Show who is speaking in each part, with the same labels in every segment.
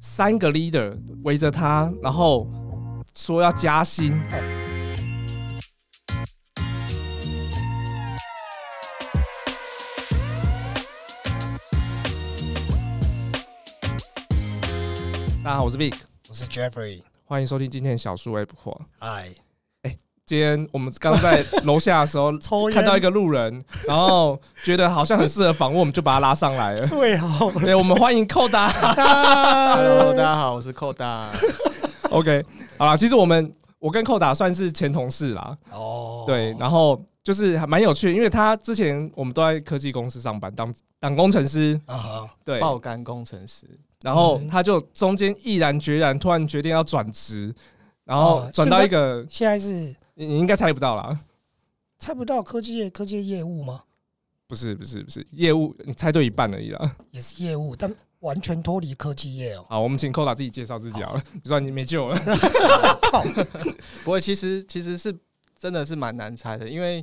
Speaker 1: 三个 leader 围着他，然后说要加薪。大家好，我是 Vic，
Speaker 2: 我是 Jeffrey，
Speaker 1: 欢迎收听今天的小树微不惑。
Speaker 2: 哎，
Speaker 1: 今天我们刚在楼下的时候
Speaker 2: 抽烟
Speaker 1: 看到一个路人，然后觉得好像很适合访问，我们就把他拉上来了。
Speaker 2: 最好
Speaker 1: 对，我们欢迎寇达。
Speaker 3: Hello，大家好，我是寇 大。
Speaker 1: OK，好啦，其实我们我跟寇达算是前同事啦，
Speaker 2: 哦，
Speaker 1: 对，然后就是还蛮有趣的，因为他之前我们都在科技公司上班，当当工程师，
Speaker 2: 啊哈，
Speaker 1: 对，
Speaker 3: 爆肝工程师，
Speaker 1: 然后他就中间毅然决然突然决定要转职，然后
Speaker 2: 哦
Speaker 1: 转到一个
Speaker 2: 现在是
Speaker 1: 你你应该猜不到啦，
Speaker 2: 猜不到科技业科技业业务吗？
Speaker 1: 不是不是不是业务，你猜对一半而已啦。
Speaker 2: 也是业务，但完全脱离科技业哦。
Speaker 1: 好，我们请寇达自己介绍自己好了，不然你没救了。
Speaker 3: 不过其实其实是真的是蛮难猜的，因为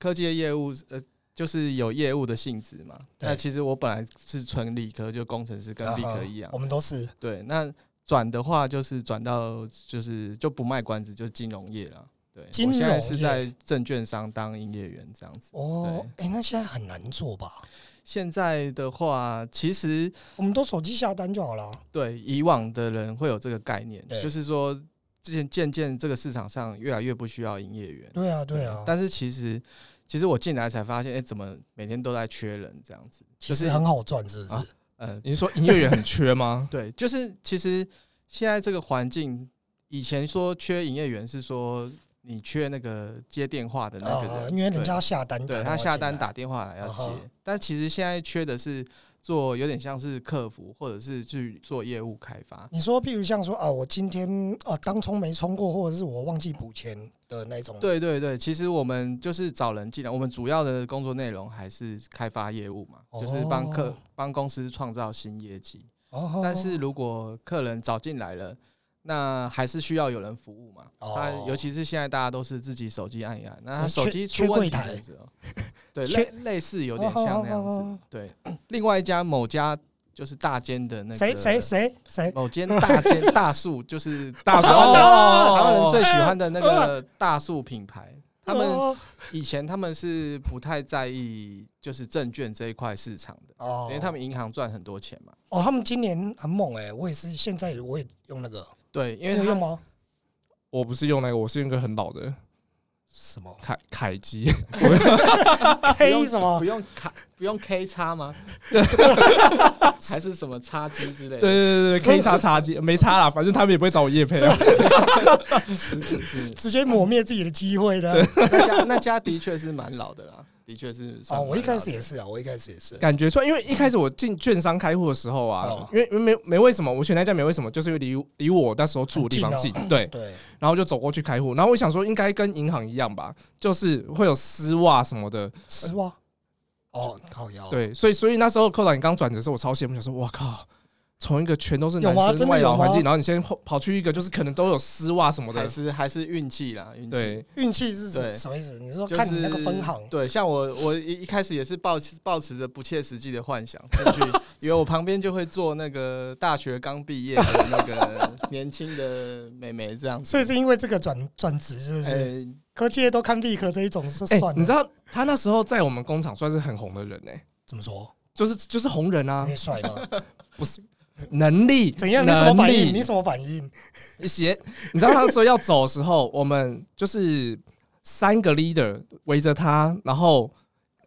Speaker 3: 科技的业务呃就是有业务的性质嘛。
Speaker 2: 对
Speaker 3: 那其实我本来是纯理科，就工程师跟理
Speaker 2: 啊
Speaker 3: 科
Speaker 2: 哈
Speaker 3: 一样
Speaker 2: 我。们都是
Speaker 3: 对，那转的话就是转到就是就不卖关子，就是金融业了。对，
Speaker 2: 金
Speaker 3: 我现在
Speaker 2: 融
Speaker 3: 是
Speaker 2: 业
Speaker 3: 在证券商当营业员这样子。
Speaker 2: 哦，哎，那现在很难做吧？
Speaker 3: 现在的话，其实
Speaker 2: 我们都手机下单就好了。啊
Speaker 3: 对以往的人会有这个概念，
Speaker 2: 对
Speaker 3: 就是说，之前渐渐这个市场上越来越不需要营业员。
Speaker 2: 对啊，对啊，
Speaker 3: 但是其实，其实我进来才发现，哎、怎么每天都在缺人这样子？
Speaker 2: 其
Speaker 3: 就
Speaker 2: 实
Speaker 3: 是
Speaker 2: 很好赚，是不是
Speaker 3: 啊？呃，
Speaker 1: 你是说营业员很缺吗？
Speaker 3: 对，就是其实现在这个环境，以前说缺营业员是说你缺那个接电话的那个人，
Speaker 2: 啊，因为人家
Speaker 3: 对
Speaker 2: 下单打电
Speaker 3: 对
Speaker 2: 话进来，
Speaker 3: 他下单打电话来要
Speaker 2: 啊
Speaker 3: 接
Speaker 2: 哈，
Speaker 3: 但其实现在缺的是做有点像是客服，或者是去做业务开发。
Speaker 2: 你说，譬如像说啊，我今天啊当冲没冲过，或者是我忘记补钱的那种，
Speaker 3: 对对对，其实我们就是找人进来，我们主要的工作内容还是开发业务嘛，就是帮客
Speaker 2: 哦
Speaker 3: 帮公司创造新业绩。
Speaker 2: 哦，
Speaker 3: 但是如果客人找进来了，那还是需要有人服务嘛。他
Speaker 2: 哦
Speaker 3: 尤其是现在大家都是自己手机按一按，那他
Speaker 2: 所以
Speaker 3: 手
Speaker 2: 缺
Speaker 3: 机
Speaker 2: 缺
Speaker 3: 出问
Speaker 2: 柜
Speaker 3: 题
Speaker 2: 台
Speaker 3: 的时候，对
Speaker 2: 缺
Speaker 3: 类类似有点像那样
Speaker 2: 哦哦
Speaker 3: 子
Speaker 2: 哦哦。
Speaker 3: 对，另外一家某家就是大间的那个
Speaker 2: 谁谁哦谁谁
Speaker 3: 某间大间大 树就是
Speaker 1: 大叔，
Speaker 3: 台湾的啊哦台湾
Speaker 1: 哦
Speaker 3: 人最喜欢的那个大树品牌，他们
Speaker 2: 哦
Speaker 3: 以前他们是不太在意就是证券这一块市场的，
Speaker 2: 哦
Speaker 3: 因为他们银行赚很多钱嘛。
Speaker 2: 哦，他们今年很猛哎、我也是，现在我也用那个，
Speaker 3: 对，因
Speaker 2: 你
Speaker 3: 为
Speaker 2: 有
Speaker 3: 他
Speaker 2: 用吗？
Speaker 1: 我不是用那个，我是用一个很老的
Speaker 2: 什么
Speaker 1: 凯凯基，
Speaker 3: 不用
Speaker 2: K 哎什么
Speaker 3: 不？用卡，不用 K 叉吗？还是什么叉机之类
Speaker 1: 对
Speaker 3: 的？
Speaker 1: 对对对，K 叉叉 机没差啦，反正他们也不会找我叶配啊。
Speaker 3: 是是是，
Speaker 2: 直接抹灭自己的机会的啊
Speaker 3: 那家那家的确是蛮老的啦，的确是算
Speaker 2: 哦！我一
Speaker 3: 蛮
Speaker 2: 开
Speaker 3: 老的
Speaker 2: 始也是啊，我一开始也是，
Speaker 1: 感觉出来，因为一开始我进券商开户的时候啊
Speaker 2: 哦，
Speaker 1: 因为因为没没为什么，我选那家没为什么，就是因为离离我那时候住的地方
Speaker 2: 很
Speaker 1: 近
Speaker 2: 近，哦
Speaker 1: 对，
Speaker 2: 对，
Speaker 1: 然后就走过去开户，然后我想说应该跟银行一样吧，就是会有丝袜什么的，
Speaker 2: 丝袜，哦，靠腰，，
Speaker 1: 对，所以所以那时候寇导你刚转职的时候，我超羡慕，想说哇靠。从一个全都是
Speaker 2: 有
Speaker 1: 男
Speaker 2: 吗真
Speaker 1: 生
Speaker 2: 的
Speaker 1: 外劳
Speaker 2: 有啊
Speaker 1: 环境，
Speaker 2: 吗
Speaker 1: 然后你先跑跑去一个就是可能都有丝袜什么的
Speaker 3: 还，是还是运气啦，运气。
Speaker 1: 对，
Speaker 2: 运气是
Speaker 3: 对
Speaker 2: 什什么意思？你是说
Speaker 3: 就是
Speaker 2: 看你那个分行
Speaker 3: 对，像我我一一开始也是抱持抱持着不切实际的幻想进去，因为我旁边就会坐那个大学刚毕业的那个年轻的美眉这样子，
Speaker 2: 所以是因为这个转转职是不
Speaker 3: 呃、
Speaker 2: 是？科技业都看立科这一种是
Speaker 1: 哎、
Speaker 2: 算了，
Speaker 1: 你知道他那时候在我们工厂算是很红的人呢、
Speaker 2: 怎么说？
Speaker 1: 就是就是红人啊
Speaker 2: 因为，帅吗？
Speaker 1: 不是能力
Speaker 2: 怎样？你什么反应？你什么反应？
Speaker 1: 你写，你知道他说要走的时候，我们就是三个 leader 围着他，然后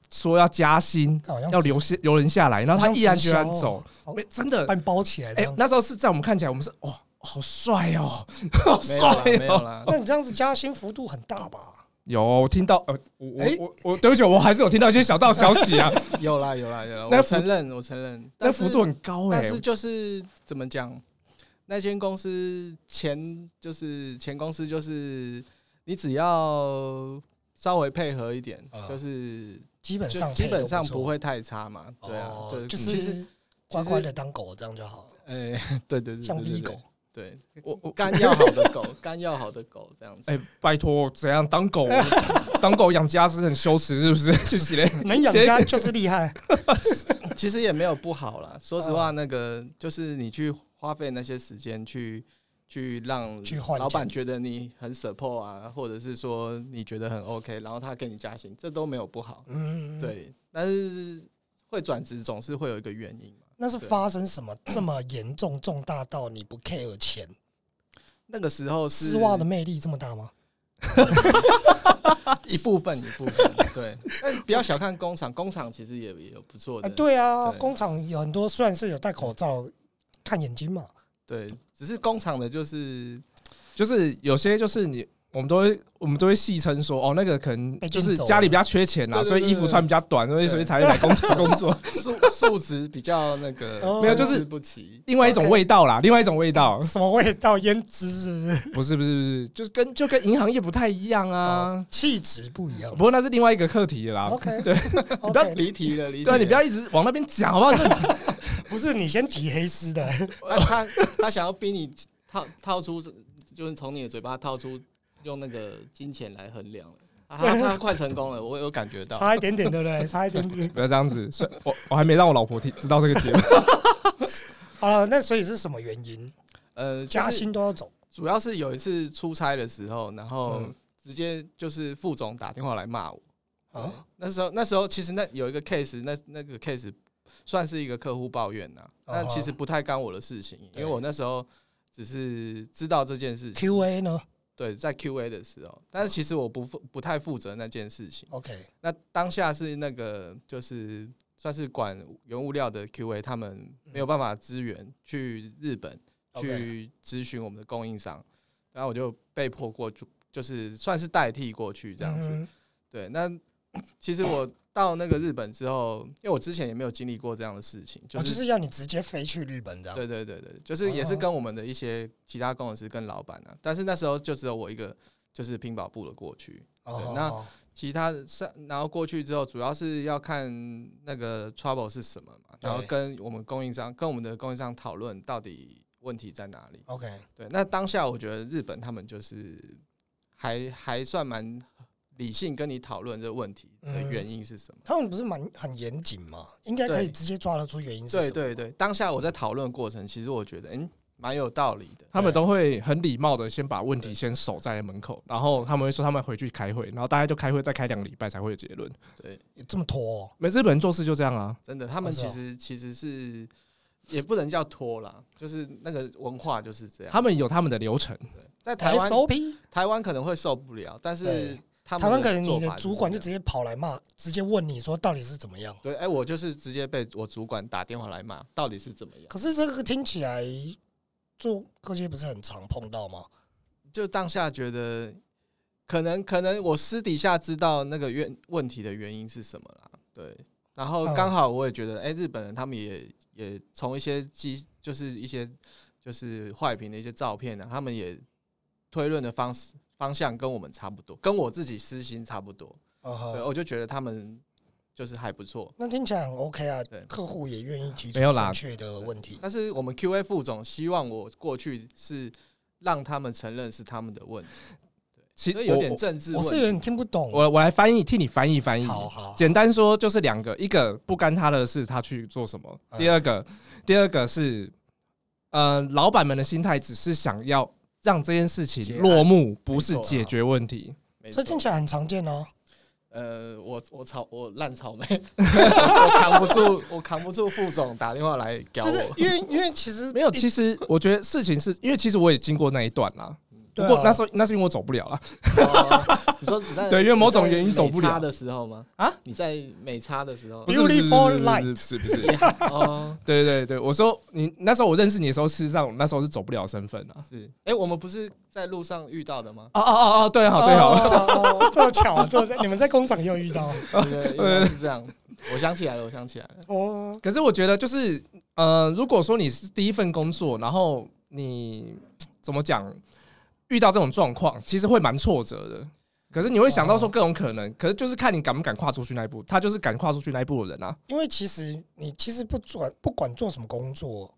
Speaker 1: 说要加薪，
Speaker 2: 好像
Speaker 1: 要留下留人下来，然后他毅然决然
Speaker 2: 好像直销
Speaker 1: 走
Speaker 2: 哦，好
Speaker 1: 没真的
Speaker 2: 把，你包起来这
Speaker 1: 哎、
Speaker 2: 样。
Speaker 1: 那时候是在我们看起来，我们是哇、好帅哦， 好
Speaker 3: 没有啦，
Speaker 1: 帅
Speaker 3: 没有
Speaker 1: 哦，
Speaker 3: 啦，
Speaker 2: 那你这样子加薪幅度很大吧？
Speaker 1: 有我听到呃，我我
Speaker 2: 哎
Speaker 1: 我我对不起，我还是有听到一些小道消息 啊，
Speaker 3: 有啦有啦有啦，
Speaker 1: 那
Speaker 3: 我
Speaker 1: 幅
Speaker 3: 承认我承认，
Speaker 1: 那
Speaker 3: 但是
Speaker 1: 幅度很高哎、
Speaker 3: 但是就是怎么讲，那间公司前就是前公司就是你只要稍微配合一点，
Speaker 2: 啊
Speaker 3: 就是
Speaker 2: 基本
Speaker 3: 就
Speaker 2: 上
Speaker 3: 基本上
Speaker 2: 配得
Speaker 3: 不
Speaker 2: 错
Speaker 3: 会太差嘛，对啊
Speaker 2: 哦，
Speaker 3: 对，
Speaker 2: 就
Speaker 3: 其实
Speaker 2: 是乖乖的当狗这样就好了，
Speaker 3: 哎， 对对对，
Speaker 2: 像
Speaker 3: 对对
Speaker 2: V
Speaker 3: 对
Speaker 2: 狗。
Speaker 3: 对我 我肝要好的狗，肝要好的狗这样子，
Speaker 1: 哎、拜托，怎样当狗？当狗养家是很羞耻，是不 是？谢谢嘞。
Speaker 2: 能养家就是厉害。嗯
Speaker 3: 其实也没有不好啦。说实话，那个就是你去花费那些时间去去让
Speaker 2: 去换
Speaker 3: 老板
Speaker 2: 钱
Speaker 3: 觉得你很 support 啊，或者是说你觉得很 OK，然后他给你加薪，这都没有不好。
Speaker 2: 嗯，，
Speaker 3: 对，但是会转职总是会有一个原因嘛。
Speaker 2: 那是
Speaker 3: 对
Speaker 2: 发生什么这么严重重大到你不 care 钱？
Speaker 3: 那个时候是
Speaker 2: 丝袜的魅力这么大吗？
Speaker 3: 啊一部分，一部分 对。但不要小看工厂，工厂其实也也有不错
Speaker 2: 哎，
Speaker 3: 的。
Speaker 2: 对啊，
Speaker 3: 对嗯
Speaker 2: 工厂有很多虽然是有戴口罩看眼睛嘛，
Speaker 3: 对，只是工厂的就是
Speaker 1: 就是有些就是你。我们都会，我们都会戏称说，哦，那个可能
Speaker 2: 被
Speaker 1: 就
Speaker 2: 骗
Speaker 1: 是
Speaker 2: 走了
Speaker 1: 家里比较缺钱啦，
Speaker 3: 对对
Speaker 1: 所以衣服
Speaker 3: 对对
Speaker 1: 穿比较短，所以所以
Speaker 3: 对
Speaker 1: 才来工厂工作。
Speaker 3: 素素质比较那
Speaker 2: 哦
Speaker 3: 个，
Speaker 1: 没有就是
Speaker 3: 参差不齐。
Speaker 1: 另外一种
Speaker 2: OK
Speaker 1: 味道啦，另外一种味 道，
Speaker 2: 什么味道？胭脂是不
Speaker 1: 不
Speaker 2: 是？
Speaker 1: 是不是不是，就是跟就跟银行业不太一样啊
Speaker 2: 哦。气质不
Speaker 3: 哦
Speaker 2: 一样
Speaker 1: 不。过那是另外一个课题
Speaker 3: 啊
Speaker 1: 啦。
Speaker 2: OK，
Speaker 1: 对
Speaker 2: ，OK，
Speaker 1: 不要
Speaker 3: 离题了，离题
Speaker 1: 对啊，
Speaker 3: 了
Speaker 1: 你不要一直往那边讲好不好？这。
Speaker 2: 不是你先提黑丝的，
Speaker 3: 啊他他想要逼你套套出，就是从你的嘴巴套出用那个金钱来衡量了。啊他他快成功了，我有感觉到。
Speaker 2: 差一点点，对不 对？差一点点
Speaker 1: 不要这样子，所以我我还没让我老婆听知道这个节 目。
Speaker 2: 好了，那所以是什么原因？
Speaker 3: 呃，就是
Speaker 2: 加薪都要走，
Speaker 3: 主要是有一次出差的时候，然后
Speaker 2: 嗯
Speaker 3: 直接就是副总打电话来骂我。
Speaker 2: 啊
Speaker 3: 那时候那时候其实那有一个 case，那那个 case 算是一个客户抱怨呐、
Speaker 2: 哦
Speaker 3: 那其实不太干我的事情，因
Speaker 2: 对
Speaker 3: 为我那时候只是知道这件事情。
Speaker 2: ？Q&A 呢
Speaker 3: 对，在 Q&A 的时候，但是其实我不负不太负责那件事情。
Speaker 2: ？OK，
Speaker 3: 那当下是那个就是算是管原物料的 Q&A，他们没有办法支援去日本
Speaker 2: 嗯 OK
Speaker 3: 去咨询我们的供应商，然后我就被迫过去，就是算是代替过去这样子。
Speaker 2: 嗯
Speaker 3: 对，那其实我到那个日本之后，因为我之前也没有经历过这样的事情，
Speaker 2: 哦，
Speaker 3: 就。
Speaker 2: 就是哦是要你直接飞去日本这样。
Speaker 3: 对对对对，就是也是跟我们的一些其他工程师跟老板啊，但是那时候就只有我一个，就是拼保部的过去，
Speaker 2: 哦，
Speaker 3: 对那
Speaker 2: 哦
Speaker 3: 其他的上，然后过去之后，主要是要看那个 trouble 是什么嘛，
Speaker 2: 对
Speaker 3: 然后跟我们供应商、跟我们的供应商讨论到底问题在哪里。
Speaker 2: OK，
Speaker 3: 对，那当下我觉得日本他们就是还还算蛮理性跟你讨论这个问题的
Speaker 2: 嗯
Speaker 3: 原因是什么。
Speaker 2: 他们不是蛮很严谨嘛，应该可以
Speaker 3: 对
Speaker 2: 直接抓得出原因嗯是
Speaker 3: 对
Speaker 2: 什么。
Speaker 3: 对对，当下我在讨论过程，其实我觉得嗯蛮有道理的。
Speaker 1: 他们都会很礼貌的先把问题先守在门口，然后他们会说他们回去开会，然后大家就开会再开两个礼拜才会有结论。
Speaker 3: 对，
Speaker 2: 有这么拖哦
Speaker 1: 每日本人做事就这样啊，
Speaker 3: 真的，他们
Speaker 2: 是
Speaker 3: 其
Speaker 2: 哦
Speaker 3: 实其实是也不能叫拖啦，就是那个文化就是这样。
Speaker 1: 他们有他们的流程。
Speaker 3: 对在台湾
Speaker 2: ，SOP。
Speaker 3: 台湾可能会受不了，但是
Speaker 2: 对
Speaker 3: 他们
Speaker 2: 台湾可能你
Speaker 3: 做
Speaker 2: 的
Speaker 3: 法
Speaker 2: 主管就
Speaker 3: 这
Speaker 2: 直接跑来骂，直接问你说到底是怎么样。
Speaker 3: 样对，哎、我就是直接被我主管打电话来骂，到底是怎么样？
Speaker 2: 可是这个听起来做科技不是很常碰到吗？
Speaker 3: 就当下觉得，可能可能我私底下知道那个原问题的原因是什么啦，对。然后
Speaker 2: 嗯
Speaker 3: 刚好我也觉得，哎、日本人他们也也从一些机，就是一些就是坏评的一些照片啊，他们也推论的方式方向跟我们差不多，跟我自己私心差不多。
Speaker 2: 嗯
Speaker 3: 对，啊
Speaker 2: 哼，
Speaker 3: 我就觉得他们就是还不错。
Speaker 2: 那听起来很 OK 啊
Speaker 3: 对，
Speaker 2: 客户也愿意提出
Speaker 1: 没有啦
Speaker 2: 正确的问题。
Speaker 3: 但是我们 Q A 副总希望我过去是让他们承认是他们的问题，
Speaker 1: 其
Speaker 3: 所以
Speaker 1: 我
Speaker 3: 有点政治
Speaker 2: 我
Speaker 3: 问
Speaker 2: 是
Speaker 3: 题。
Speaker 2: 有点听不懂。
Speaker 1: 我我来翻译，替你翻译翻译。
Speaker 2: 好好，
Speaker 1: 简单说就是两个，一个不干他的事，他去做什么；
Speaker 2: 嗯
Speaker 1: 第二个，第二个是，呃，老板们的心态只是想要让这件事
Speaker 3: 结
Speaker 1: 情
Speaker 3: 案
Speaker 1: 落幕，不是
Speaker 3: 没错
Speaker 1: 解决问题。
Speaker 3: 没
Speaker 2: 这
Speaker 3: 错
Speaker 2: 听起来很常见哦。
Speaker 3: 呃，我我草我烂草莓， 我扛不住，我扛不住副总打电话来屌
Speaker 2: 就是
Speaker 3: 我。哦
Speaker 2: 因为因为其实
Speaker 1: 没有，其实我觉得事情是因为其实我也经过那一段啦，不
Speaker 2: 对啊
Speaker 1: 过那时候那是因为我走不了啦。
Speaker 3: 哦 你说你在
Speaker 1: 对因为某种
Speaker 3: 你在
Speaker 1: 原因走不了
Speaker 3: 美差的时候吗？
Speaker 1: 啊，
Speaker 3: 你在美差的时候
Speaker 1: 不是不是
Speaker 2: Beautiful
Speaker 1: 不是不是不是不是，
Speaker 3: 哦，
Speaker 1: 对对对，我说你那时候我认识你的时候，事实上我那时候是走不了身份啊。
Speaker 3: 是哎、我们不是在路上遇到的吗？
Speaker 1: 哦哦哦哦，对好对好，
Speaker 2: 哦，哦这么巧，这么你们在工厂也有遇到
Speaker 1: 哦
Speaker 3: 对不对，原来是这样。我想起来了，我想起来了。
Speaker 2: 哦。
Speaker 1: 可是我觉得就是呃，如果说你是第一份工作，然后你怎么讲遇到这种状况，其实会蛮挫折的。可是你会想到说各种可能，可是就是看你敢不敢跨出去那一步。他就是敢跨出去那一步的人啊。
Speaker 2: 因为其实你其实不管不管做什么工作，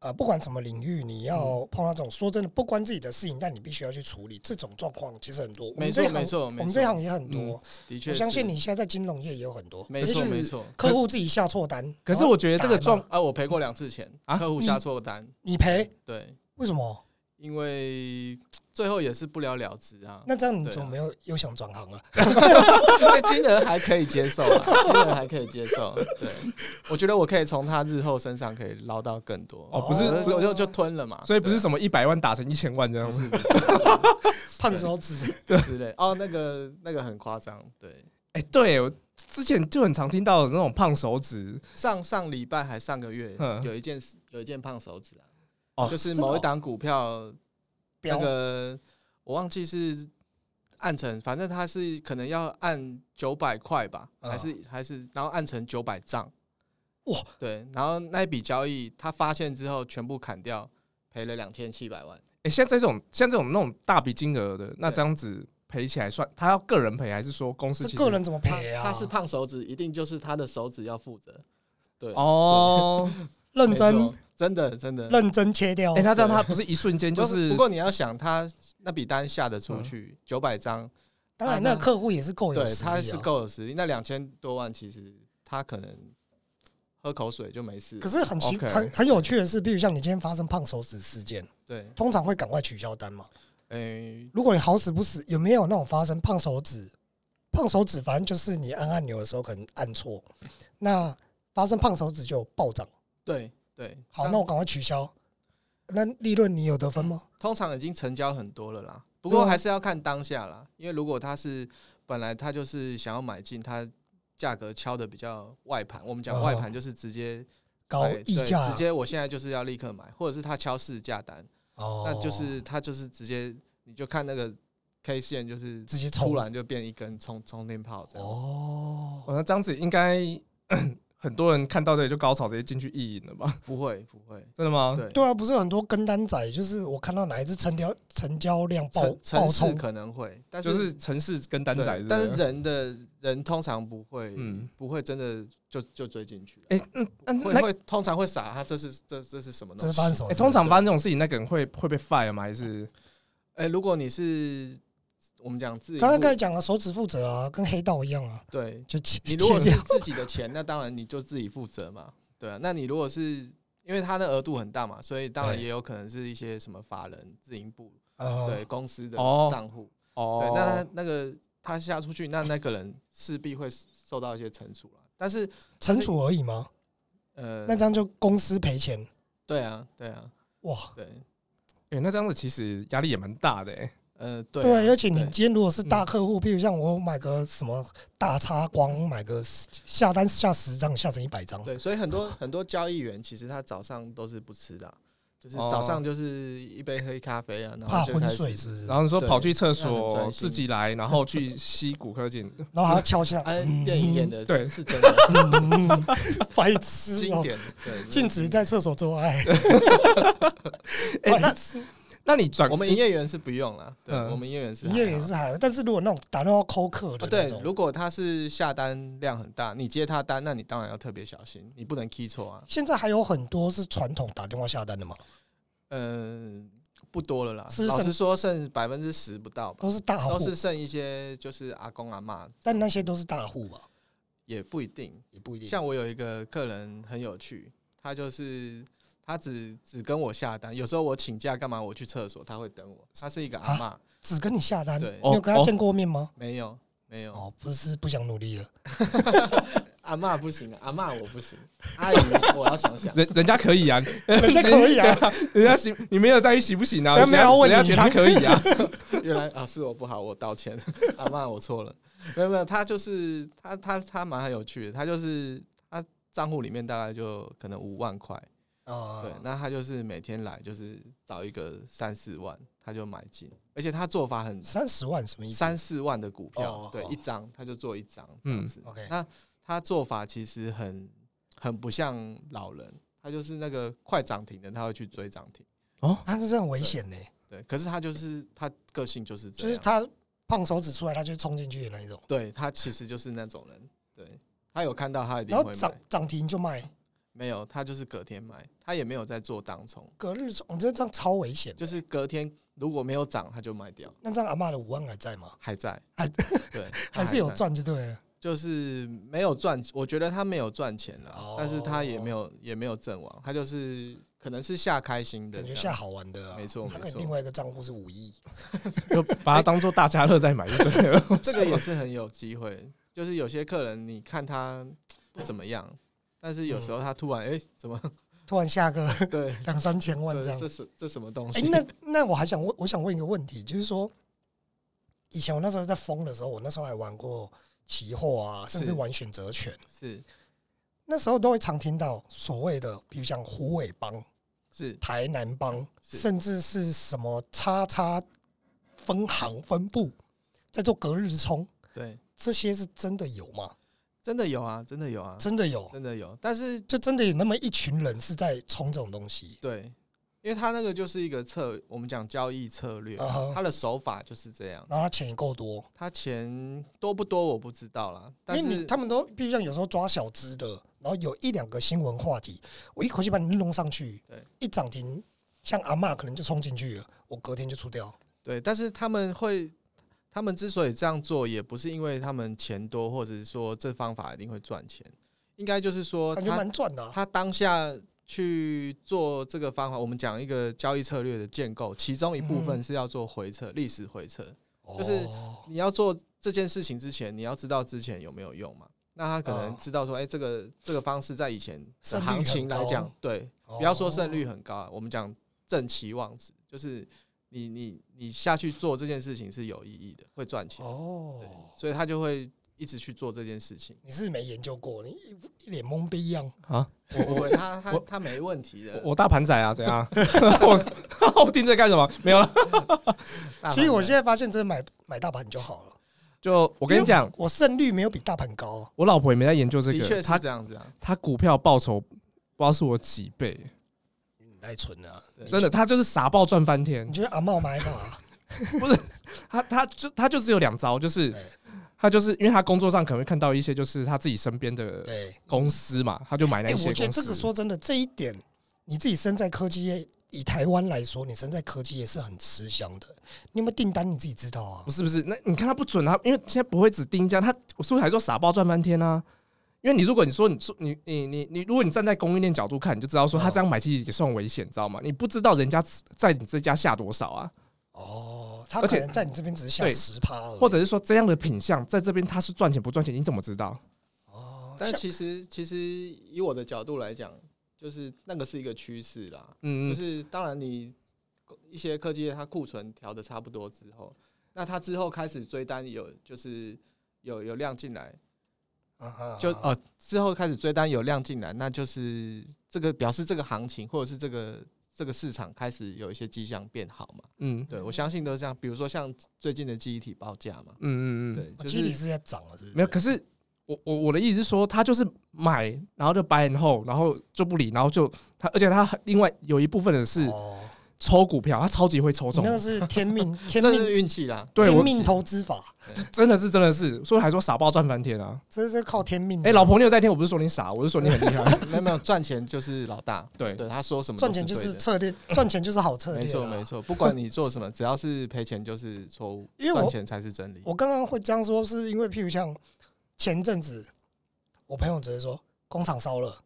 Speaker 2: 呃，不管什么领域，你
Speaker 1: 嗯
Speaker 2: 要碰到这种说真的不关自己的事情，但你必须要去处理这种状况，其实很多。我
Speaker 3: 没
Speaker 2: 们
Speaker 3: 错
Speaker 2: 这一行
Speaker 3: 没错
Speaker 2: 我
Speaker 3: 没错
Speaker 2: 们这一行也很
Speaker 1: 嗯
Speaker 2: 多。
Speaker 3: 的确
Speaker 2: 我
Speaker 3: 是，
Speaker 2: 相信你现在在金融业也有很多，
Speaker 3: 没
Speaker 2: 也
Speaker 3: 错
Speaker 2: 许
Speaker 3: 没错。
Speaker 2: 客户自己下错单，
Speaker 1: 可是我觉得这个状
Speaker 2: 然后
Speaker 3: 啊，我赔过两次钱，
Speaker 1: 啊
Speaker 3: 客户
Speaker 2: 你
Speaker 3: 下错单，
Speaker 2: 你赔，
Speaker 3: 对，
Speaker 2: 为什么？
Speaker 3: 因为最后也是不了了之啊。
Speaker 2: 那这样你
Speaker 3: 对啊
Speaker 2: 怎么没有又想转行啊了？
Speaker 3: 因 为金额还可以接受啊，金额还可以接受。对，我觉得我可以从他日后身上可以捞到更多。
Speaker 1: 哦不是
Speaker 3: 我就我就就吞了
Speaker 2: 啊
Speaker 3: 嘛，
Speaker 1: 所以不是
Speaker 3: 对
Speaker 1: 什么一百万打成一千万这样
Speaker 3: 不
Speaker 1: 子。
Speaker 3: 是不是
Speaker 2: 胖手指，
Speaker 3: 之类。哦，那个那个很夸张。对，
Speaker 1: 哎、对我之前就很常听到有那种胖手指，
Speaker 3: 上上礼拜还上个月
Speaker 1: 嗯
Speaker 3: 有一件事有一件胖手指啊，
Speaker 1: 哦
Speaker 3: 就是
Speaker 2: 真的
Speaker 3: 某一
Speaker 2: 哦
Speaker 3: 档股票那
Speaker 2: 标
Speaker 3: 个我忘记是按成，反正它是可能要按九百块吧，
Speaker 2: 嗯
Speaker 3: 还是还是然后按成九百账。
Speaker 2: 哇，
Speaker 3: 对，然后那一笔交易他发现之后全部砍掉，赔了两千七百万。
Speaker 1: 哎、现在这种像这种那种大笔金额的，那这样子赔起来算，他要个人赔还是说公司
Speaker 2: 这
Speaker 1: 其实？
Speaker 2: 个人怎么
Speaker 4: 他
Speaker 2: 赔啊？
Speaker 4: 他是胖手指，一定就是他的手指要负责。对，
Speaker 1: 哦，
Speaker 2: 认
Speaker 3: 没
Speaker 2: 真
Speaker 3: 错，真的真的。
Speaker 2: 认真切掉
Speaker 1: 哎、，那这样他不是一瞬间就
Speaker 3: 不过
Speaker 1: 是
Speaker 3: 不过你要想，他那笔单下得出
Speaker 1: 嗯
Speaker 3: 去九百张，
Speaker 2: 当然
Speaker 3: 那
Speaker 2: 那个客户也是够有
Speaker 3: 对
Speaker 2: 实力
Speaker 3: 他
Speaker 2: 啊
Speaker 3: 是。够有实力。那两千多万其实他可能喝口水就没事。
Speaker 2: 可是很奇
Speaker 1: OK
Speaker 2: 很很有趣的是，比如像你今天发生胖手指事件，
Speaker 3: 对，
Speaker 2: 通常会赶快取消单嘛。
Speaker 3: 诶，
Speaker 2: 如果你好死不死，有没有那种发生胖手指？胖手指反正就是你按按钮的时候可能按错，那发生胖手指就暴涨。
Speaker 3: 对对。
Speaker 2: 好，那我赶快取消。那利润你有得分吗？
Speaker 3: 通常已经成交很多了啦，不
Speaker 2: 对
Speaker 3: 过
Speaker 2: 啊
Speaker 3: 还是要看当下啦，因为如果他是本来他就是想要买进，他价格敲的比较外盘，我们讲
Speaker 2: 哦
Speaker 3: 外盘就是直接
Speaker 2: 高
Speaker 3: 哎
Speaker 2: 溢
Speaker 3: 对
Speaker 2: 价
Speaker 3: 直接我现在就是要立刻买，或者是他敲市价单，
Speaker 2: 哦
Speaker 3: 那就是他就是直接你就看那个 K 线就是
Speaker 2: 直接
Speaker 3: 突
Speaker 2: 冲
Speaker 3: 然就变一根冲冲天炮这样，
Speaker 2: 哦，
Speaker 1: 哦，那这样子应该 很多人看到这里就高潮，直接进去意淫了吧？
Speaker 3: 不会不会，
Speaker 1: 真的吗？
Speaker 3: 对，
Speaker 2: 对啊，不是很多跟单仔，就是我看到哪一只成交成交量爆
Speaker 3: 城
Speaker 2: 爆
Speaker 3: 城市
Speaker 2: 冲，
Speaker 3: 可能会，但
Speaker 1: 就是是城市跟单
Speaker 3: 对
Speaker 1: 仔不，
Speaker 3: 但是人的人通常不会
Speaker 1: 嗯
Speaker 3: 不会真的就就追进去。
Speaker 1: 哎、嗯，那
Speaker 3: 会
Speaker 1: 那、
Speaker 3: 会通常会傻，他这是这这是什么
Speaker 2: 这是
Speaker 3: 东西
Speaker 2: 发？生什么
Speaker 1: 哎
Speaker 2: 事？
Speaker 1: 通常发生这种事情，那个人会会被 fire 吗？还是
Speaker 3: 哎、如果你是我们讲自营
Speaker 2: 刚
Speaker 3: 部
Speaker 2: 刚，才讲了手指负责啊，跟黑道一样啊，
Speaker 3: 对
Speaker 2: 就切
Speaker 3: 你如果
Speaker 2: 切
Speaker 3: 是
Speaker 2: 掉
Speaker 3: 自己的钱， 那当然你就自己负责嘛，对啊。那你如果是因为他的额度很大嘛，所以当然
Speaker 2: 对
Speaker 3: 也有可能是一些什么法人、自营部
Speaker 2: 啊
Speaker 3: 对公司的
Speaker 1: 哦
Speaker 3: 账户，
Speaker 1: 哦？
Speaker 3: 对，那他那个他下出去，那那个人势必会受到一些惩处了。但是
Speaker 2: 惩处而已吗？
Speaker 3: 呃，
Speaker 2: 那这样就公司赔钱
Speaker 3: 对啊，对啊，
Speaker 2: 哇！
Speaker 3: 对，
Speaker 1: 哎、那这样子其实压力也蛮大的、欸，
Speaker 3: 呃，对啊、
Speaker 2: 对，而且你
Speaker 3: 对嗯
Speaker 2: 今天如果是大客户，比如像我买个什么大叉光，买个十下单下十张，下成一百张，
Speaker 3: 对，所以很多 很多交易员其实他早上都是不吃的啊、就是
Speaker 1: 哦
Speaker 3: 早上就是一杯黑咖啡啊，然
Speaker 2: 怕
Speaker 3: 后就
Speaker 2: 昏
Speaker 3: 开
Speaker 2: 睡
Speaker 3: 始。
Speaker 2: 是不是？
Speaker 1: 然后你说
Speaker 3: 对
Speaker 1: 跑去厕
Speaker 3: 那很
Speaker 1: 所
Speaker 3: 专心
Speaker 1: 自己来，然后去吸骨科 碱，
Speaker 2: 然后还要敲一下，
Speaker 3: 啊
Speaker 4: 哎，
Speaker 2: 嗯
Speaker 4: 电影演的
Speaker 1: 对
Speaker 4: 是真的，
Speaker 2: 嗯 白痴
Speaker 3: 经
Speaker 2: 哦，
Speaker 3: 典对
Speaker 2: 禁止。在厕所做 爱。
Speaker 1: 哎
Speaker 2: 白痴
Speaker 1: 那你转
Speaker 3: 我们营业员是不用啦，对，
Speaker 1: 啊嗯
Speaker 3: 我们营业员是
Speaker 2: 营业
Speaker 3: 还
Speaker 2: 员
Speaker 3: 好
Speaker 2: 是还好，但是如果那种打电话扣客的
Speaker 3: 哦，
Speaker 2: 那
Speaker 3: 对，
Speaker 2: 种，
Speaker 3: 如果他是下单量很大，你接他单，那你当然要特别小心，你不能 key 错啊。
Speaker 2: 现在还有很多是传统打电话下单的嘛，
Speaker 3: 嗯，不多了啦
Speaker 2: 是，
Speaker 3: 老
Speaker 2: 剩
Speaker 3: 实说剩百分之十不到吧，
Speaker 2: 都是大户
Speaker 3: 都，是剩一些就是阿公阿妈
Speaker 2: 但那些都是大户吧，
Speaker 3: 也不一定，
Speaker 2: 也不一定。
Speaker 3: 像我有一个客人很有趣，他就是他只只跟我下单，有时候我请假干嘛，我去厕所，他会等我。他是一个阿嬷，
Speaker 2: 只跟你下单，
Speaker 3: 对
Speaker 2: 你有跟他
Speaker 1: 哦。
Speaker 2: 见过面吗？
Speaker 3: 没有没有、
Speaker 2: 哦，不是不想努力了，
Speaker 3: 阿嬷不行，阿嬷我不行，阿姨我要 想想
Speaker 1: 人人家可以 啊，
Speaker 2: 人家可以啊，
Speaker 1: 人家行，你没有在意行不行啊？
Speaker 2: 人家没有问你
Speaker 1: 人家觉得他可以啊。
Speaker 3: 原来啊是我不好，我道歉，阿嬷我错了。没有没有，他就是他他他蛮有趣的，他就是他账户里面大概就可能五万块，
Speaker 2: 啊，
Speaker 3: 对，那他就是每天来就是找一个三四万，他就买进，而且他做法很
Speaker 2: 三十万什么意思？
Speaker 3: 三四万的股票，
Speaker 2: 哦
Speaker 3: 对
Speaker 2: 哦，嗯
Speaker 3: 一张他就做一张这样子。
Speaker 2: OK，
Speaker 3: 那他做法其实很很不像老人，他就是那个快涨停的，他会去追涨停。
Speaker 2: 啊，那这很危险呢，
Speaker 3: 对，可是他就是他个性就是这
Speaker 2: 就
Speaker 3: 样，
Speaker 2: 是他胖手指出来，他就冲进去的那一种，
Speaker 3: 对他其实就是那种人，对他有看到他一定
Speaker 2: 然
Speaker 3: 会
Speaker 2: 后涨
Speaker 3: 买，
Speaker 2: 涨停就卖，
Speaker 3: 没有，他就是隔天买，他也没有在做当冲，
Speaker 2: 隔日冲，你这这样超危险。
Speaker 3: 就是隔天如果没有涨，他就卖掉，
Speaker 2: 那这样阿嬷的五万还在吗？
Speaker 3: 还在，
Speaker 2: 还
Speaker 3: 对，
Speaker 2: 还
Speaker 3: 他
Speaker 2: 是有
Speaker 3: 在，
Speaker 2: 赚就对了。
Speaker 3: 就是没有赚，我觉得他没有赚钱啦，
Speaker 2: 哦
Speaker 3: 但是他也没有也没有阵亡，他就是可能是下开心的
Speaker 2: 感觉
Speaker 3: 这样，
Speaker 2: 下好玩的啊，
Speaker 3: 没错
Speaker 2: 他
Speaker 3: 没
Speaker 2: 可能
Speaker 3: 错
Speaker 2: 另外一个账户是五亿，
Speaker 1: 就把它当做大家乐在买就对了。
Speaker 3: 这个也是很有机会，就是有些客人你看他不怎么样，但是有
Speaker 2: 嗯
Speaker 3: 时候他突然哎、诶怎 么
Speaker 2: 突然下个
Speaker 3: 对
Speaker 2: 两三千万这
Speaker 3: 这
Speaker 2: 样
Speaker 3: 这。是这什么东
Speaker 2: 哎、
Speaker 3: 西？
Speaker 2: 那那我还想问，我想问一个问题，就是说，以前我那时候在疯的时候，我那时候还玩过期货啊，甚至
Speaker 3: 是
Speaker 2: 玩选择权，
Speaker 3: 是
Speaker 2: 那时候都会常听到所谓的，比如像虎尾帮、
Speaker 3: 是
Speaker 2: 台南帮，
Speaker 3: 是
Speaker 2: 甚至是什么叉叉分行分部在做隔日冲，
Speaker 3: 对，
Speaker 2: 这些是真的有吗？
Speaker 3: 真的有啊，真的有啊，
Speaker 2: 真的有，
Speaker 3: 真的有，但是
Speaker 2: 就真的有那么一群人是在冲这种东西。
Speaker 3: 对，因为他那个就是一个策，我们讲交易策略，
Speaker 2: 啊哈
Speaker 3: 他的手法就是这样。
Speaker 2: 然后他钱也够多，
Speaker 3: 他钱多不多我不知道啦，
Speaker 2: 因
Speaker 3: 但
Speaker 2: 为你
Speaker 3: 是
Speaker 2: 他们都，比如像有时候抓小资的，然后有一两个新闻话题，我一口气把你弄上去
Speaker 3: 对，
Speaker 2: 一涨停，像阿嬷可能就冲进去了，我隔天就出掉。
Speaker 3: 对，但是他们会，他们之所以这样做，也不是因为他们钱多，或者是说这方法一定会赚钱，应该就是说
Speaker 2: 感觉
Speaker 3: 他
Speaker 2: 蛮赚的啊、
Speaker 3: 他当下去做这个方法，我们讲一个交易策略的建构，其中一部分
Speaker 2: 嗯
Speaker 3: 是要做回撤，历史回撤，
Speaker 2: 哦
Speaker 3: 就是你要做这件事情之前，你要知道之前有没有用嘛？那他可能
Speaker 2: 哦
Speaker 3: 知道说，哎、这个这个方式在以前
Speaker 2: 胜
Speaker 3: 的
Speaker 2: 率很
Speaker 3: 行情来讲
Speaker 2: 高，
Speaker 3: 对，
Speaker 2: 哦
Speaker 3: 不要说胜率很高、啊，我们讲正期望值，就是你你你下去做这件事情是有意义的，会赚钱，对
Speaker 2: 哦，，
Speaker 3: 所以他就会一直去做这件事情。
Speaker 2: 你是没研究过，你一一脸懵逼一样。
Speaker 1: 啊，
Speaker 3: 我我他他
Speaker 1: 我
Speaker 3: 他没问题的
Speaker 1: 我，我大盘仔啊，怎样？ 我我听这干什么？没有了。
Speaker 3: 大
Speaker 2: 其实我
Speaker 3: 盘的
Speaker 2: 现在发现，真的买买大盘就好了。
Speaker 1: 就我跟你讲
Speaker 2: 因为，我胜率没有比大盘高啊，
Speaker 1: 我老婆也没在研究这
Speaker 3: 的确
Speaker 1: 个，
Speaker 3: 是
Speaker 1: 她
Speaker 3: 这样子啊，
Speaker 1: 她股票报酬不知道是我几倍，
Speaker 3: 嗯
Speaker 2: 你太蠢了啊。
Speaker 3: 对
Speaker 1: 真的，她就是傻爆赚翻天
Speaker 2: 你。觉得阿茂买 法？啊
Speaker 1: 她她就她就只有两招，就是
Speaker 2: 对
Speaker 1: 她就是因为她工作上可能会看到一些就是她自己身边的
Speaker 2: 对，
Speaker 1: 公司嘛，她就买那
Speaker 2: 哎、
Speaker 1: 一些
Speaker 2: 我觉得
Speaker 1: 公
Speaker 2: 这个
Speaker 1: 司。
Speaker 2: 说真的，这一点你自己身在科技业，以台湾来说，你身在科技业是很吃香的。你有没有订单你自己知道啊
Speaker 1: 不？是不是，那你看她不准啊，因为现在不会只盯一家，她我是不是还说傻爆赚翻天啊？因为你如果你说你说你你你你，如果你站在供应链角度看，你就知道说她这样买其实也算危险，知道吗？你不知道人家在你这家下多少啊，
Speaker 2: 哦，他
Speaker 1: 而
Speaker 2: 可
Speaker 1: 且
Speaker 2: 能在你这边只是下
Speaker 1: 对
Speaker 2: 十趴而已，
Speaker 1: 或者是说这样的品相在这边它是赚钱不赚钱，你怎么知道？
Speaker 2: 哦，
Speaker 3: 但
Speaker 2: 像
Speaker 3: 其实其实以我的角度来讲，就是那个是一个趋势啦，
Speaker 1: 嗯，嗯
Speaker 3: 就是当然你一些科技业它库存调的差不多之后，那它之后开始追单有就是有有量进来，
Speaker 2: 啊啊
Speaker 3: 就
Speaker 2: 啊
Speaker 3: 呃之后开始追单有量进来，那就是这个表示这个行情或者是这个这个市场开始有一些迹象变好嘛？
Speaker 1: 嗯
Speaker 3: 对我相信都是这样，比如说像最近的记忆体报价嘛，
Speaker 1: 嗯嗯嗯，
Speaker 3: 对，就
Speaker 2: 基底
Speaker 3: 是
Speaker 2: 是在涨了，是不是
Speaker 1: 没有。可是我我我的意思是说，他就是买，然后就 buy and hold，然后就不理，然后就他，而且他还另外有一部分人是
Speaker 2: 哦，
Speaker 1: 抽股票，他超级会抽
Speaker 2: 你
Speaker 1: 中
Speaker 2: 那，个是天 命，天
Speaker 3: 这是
Speaker 2: 命，
Speaker 3: 运气啦。
Speaker 1: 对
Speaker 2: 天
Speaker 1: 我
Speaker 2: 命投资法，
Speaker 1: 真的是真的是，所以还说傻爆赚翻天啊！
Speaker 2: 这是靠天命的。
Speaker 1: 哎，老婆你有在听，我不是说你傻，我是说你很厉害，
Speaker 3: 没有没有赚钱就是老大，
Speaker 1: 对
Speaker 3: 对他说什么都
Speaker 2: 赚钱就
Speaker 3: 对
Speaker 2: 是
Speaker 3: 的
Speaker 2: 策略，赚钱就是好策略。
Speaker 3: 没错没。错，不管你做什么，只要是赔钱就是错误，
Speaker 2: 因为我
Speaker 3: 赚钱才是真理。
Speaker 2: 我刚刚会这样说，是因为譬如像前阵子，我朋友直接说工厂烧了，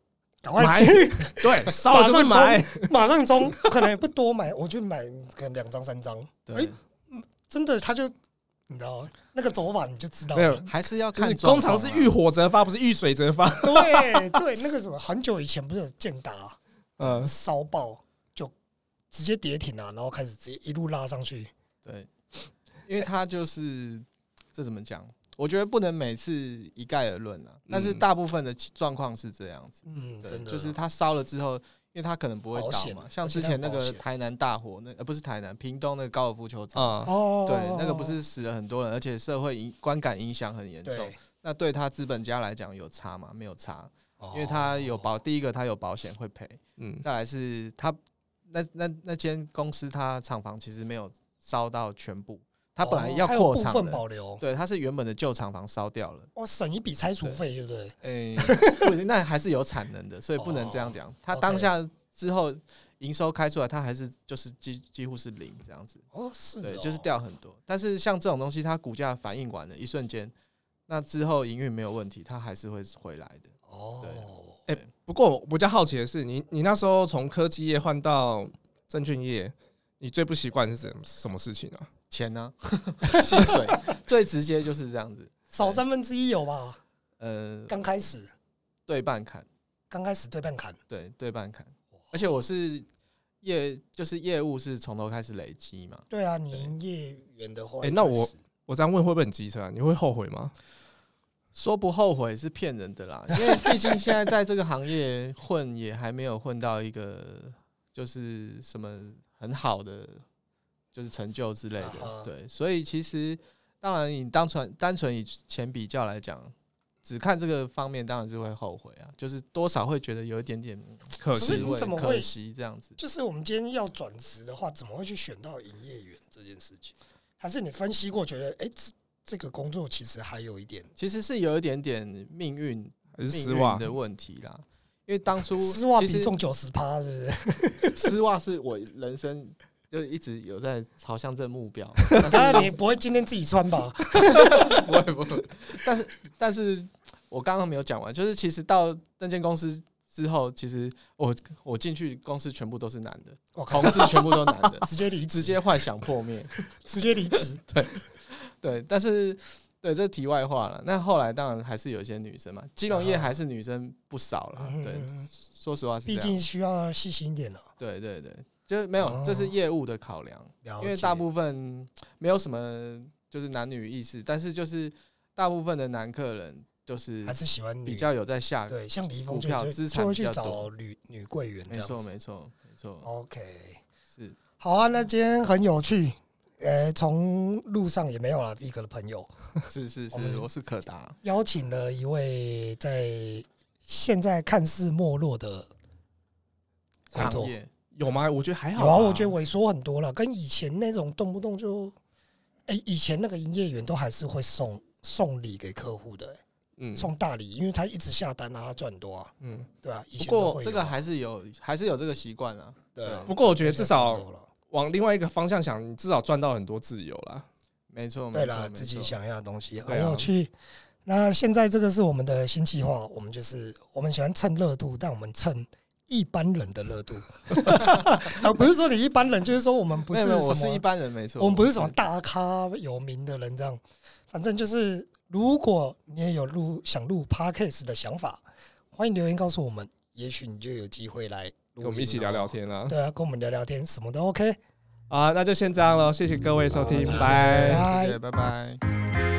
Speaker 2: 赶快
Speaker 1: 买
Speaker 2: 去
Speaker 1: 对，烧了就是买，
Speaker 2: 马上中，可能也不多买，我就买可能两张三张，
Speaker 3: 对，
Speaker 2: 真的他就你知道那个走法你就知道
Speaker 1: 没有
Speaker 2: 了。，
Speaker 3: 还是要
Speaker 1: 就
Speaker 3: 看
Speaker 1: 是工
Speaker 3: 状
Speaker 1: 厂
Speaker 3: 况
Speaker 1: 是
Speaker 3: 啊
Speaker 1: 遇火则发，不是遇水则发，
Speaker 2: 对对，那个什么很久以前不是有建达
Speaker 1: 嗯，
Speaker 2: 烧爆就直接跌停啊，然后开始直接一路拉上去。
Speaker 3: 对，因为他就是这怎么讲？我觉得不能每次一概而论啊，但是大部分的状况是这样子，
Speaker 2: 嗯，
Speaker 3: 对
Speaker 2: 真，的
Speaker 3: 就是它烧了之后，因为它可能不会
Speaker 2: 保
Speaker 3: 倒
Speaker 2: 险啊
Speaker 3: 嘛，像
Speaker 2: 而且
Speaker 3: 之
Speaker 2: 它
Speaker 3: 前那
Speaker 2: 保
Speaker 3: 个
Speaker 2: 险
Speaker 3: 台南大火，那呃不是台南，屏东那个高尔夫球场，
Speaker 1: 啊，
Speaker 2: 哦，
Speaker 3: 对，那个不是死了很多人，而且社会影观感影响很严重
Speaker 2: 对，，
Speaker 3: 那对他资本家来讲有差吗？没有差，
Speaker 2: 哦
Speaker 3: 因为他有保，第一个他有保险会赔，
Speaker 1: 嗯，
Speaker 3: 再来是他那那那间公司，他厂房其实没有烧到全部，它本来
Speaker 2: 哦
Speaker 3: 要
Speaker 2: 还有
Speaker 3: 扩
Speaker 2: 部
Speaker 3: 厂
Speaker 2: 分
Speaker 3: 的，
Speaker 2: 保留，
Speaker 3: 对，它是原本的旧厂房烧掉了。
Speaker 2: 我省一笔拆除费，对不对？
Speaker 3: 诶、 不是，那还是有产能的，所以不能
Speaker 2: 哦
Speaker 3: 这样讲。它当下之后营收开出来，它还是就是几几乎是零这样子，
Speaker 2: 哦，是
Speaker 3: 对，
Speaker 2: 哦
Speaker 3: 就是掉很多。但是像这种东西，它股价反应完了，一瞬间，那之后营运没有问题，它还是会回来的。
Speaker 2: 哦，
Speaker 1: 不过我比较好奇的是，你你那时候从科技业换到证券业，你最不习惯是什么什么事情啊？
Speaker 3: 钱呢、 薪水最直接就是这样子，
Speaker 2: 少三分之一有吧？
Speaker 3: 呃，
Speaker 2: 刚开始，
Speaker 3: 对半砍，
Speaker 2: 刚开始对半砍，
Speaker 3: 对，对半砍。而且我是业，就是业务是从头开始累积嘛，
Speaker 2: 对啊，你营业员的话，
Speaker 1: 哎
Speaker 2: 一
Speaker 1: 那
Speaker 2: 开
Speaker 1: 我
Speaker 2: 始
Speaker 1: 我这样问会不会很机车啊？你会后悔吗？
Speaker 3: 说不后悔是骗人的啦，因为毕竟现在在这个行业混也还没有混到一个就是什么很好的就是成就之类
Speaker 2: 啊哈
Speaker 3: 的，对，所以其实当然你单纯单纯以钱比较来讲，只看这个方面当然是会后悔啊，就是多少会觉得有一点点
Speaker 1: 可
Speaker 2: 可是
Speaker 1: 惜
Speaker 2: 你
Speaker 3: 失望
Speaker 2: 怎么会
Speaker 3: 可惜这样子。
Speaker 2: 就是我们今天要转职的话，怎么会去选到营业员这件事情？还是你分析过，觉得哎、这这个工作其实还有一点
Speaker 3: 其实是有一点点命运
Speaker 1: 还是
Speaker 3: 命
Speaker 1: 丝
Speaker 3: 运
Speaker 1: 袜
Speaker 3: 的问题啦，因为当初
Speaker 2: 丝袜
Speaker 3: 其
Speaker 2: 比
Speaker 3: 实
Speaker 2: 重九十趴，是不 是？
Speaker 3: 丝袜是我人生就一直有在朝向这目 标，
Speaker 2: 当
Speaker 3: 但
Speaker 2: 然
Speaker 3: 是
Speaker 2: 你不会今天自己穿 吧？
Speaker 3: 不会不会，但是但是我刚刚没有讲完，就是其实到那间公司之后，其实我我进去公司全部都是男的，
Speaker 2: 我靠，
Speaker 3: 同，事全部都男的
Speaker 2: 直接离职，
Speaker 3: 直接幻想破灭。
Speaker 2: 直接离职。
Speaker 3: 对，但是对这题外话了。那后来当然还是有一些女生嘛，金融业还是女生不少啦。
Speaker 2: 嗯
Speaker 3: 对
Speaker 2: 嗯，嗯
Speaker 3: 说实话是
Speaker 2: 毕
Speaker 3: 这样。
Speaker 2: 竟需要细心一点啊了、
Speaker 3: 对对对，就是没有，这
Speaker 2: 哦
Speaker 3: 是业务的考量。
Speaker 2: 了解
Speaker 3: 因为大部分没有什么就是男女意识，但是就是大部分的男客人就是
Speaker 2: 还是喜欢女
Speaker 3: 比较有在下，
Speaker 2: 对，像李易峰
Speaker 3: 股
Speaker 2: 就
Speaker 3: 票
Speaker 2: 就
Speaker 3: 资产
Speaker 2: 就会去
Speaker 3: 比较
Speaker 2: 找
Speaker 3: 多
Speaker 2: 女女柜员这
Speaker 3: 没
Speaker 2: 样
Speaker 3: 错
Speaker 2: 子。哦
Speaker 3: 没错没错，
Speaker 2: OK，
Speaker 3: 是
Speaker 2: 好啊，那今天很有趣。呃，从路上也没有了 V 哥的朋友，
Speaker 3: 是是
Speaker 2: 我们
Speaker 3: 是，我是可达，
Speaker 2: 邀请了一位在现在看似没落的，没
Speaker 3: 行
Speaker 2: 错
Speaker 3: 业
Speaker 1: 有吗？我觉得还好
Speaker 2: 有
Speaker 1: 吧。
Speaker 2: 啊，我觉得萎缩很多了，跟以前那种动不动就，哎、以前那个营业员都还是会送送礼给客户的、
Speaker 1: 嗯
Speaker 2: 送大礼，因为他一直下单啊，他赚很多啊，
Speaker 1: 嗯。
Speaker 2: 对啊，以前
Speaker 1: 不过
Speaker 2: 都会有
Speaker 3: 这个还是有还是有这个习惯啊，
Speaker 2: 对啊，
Speaker 1: 不过我觉得至
Speaker 2: 现在差
Speaker 1: 少
Speaker 2: 不多了
Speaker 1: 往另外一个方向想，你至少赚到很多自由啦。
Speaker 3: 没错
Speaker 2: 对
Speaker 3: 没
Speaker 2: 啦，
Speaker 3: 错没
Speaker 2: 自己
Speaker 3: 错，
Speaker 2: 想要的东西
Speaker 1: 对
Speaker 2: 很
Speaker 1: 啊
Speaker 2: 有趣。那现在这个是我们的新计划，我们就是我们喜欢蹭热度，但我们蹭一般人的热度。 啊，不是说你一般人，就是说我们不
Speaker 3: 没
Speaker 2: 是
Speaker 3: 有
Speaker 2: 什
Speaker 3: 没有，我
Speaker 2: 么，
Speaker 3: 是一般人没错，
Speaker 2: 我们不是什么大咖有名的人这样。反正就是，如果你也有录想录 podcast 的想法，欢迎留言告诉我们，也许你就有机会来录
Speaker 1: 跟我们一起
Speaker 2: 音哦
Speaker 1: 聊聊。天啦。
Speaker 2: 对啊，跟我们聊聊天，什么都 OK。
Speaker 1: 好，那就先这样喽，谢谢各位收听，
Speaker 3: 谢谢
Speaker 1: 拜。
Speaker 2: 拜
Speaker 3: 谢谢，拜拜。
Speaker 1: 拜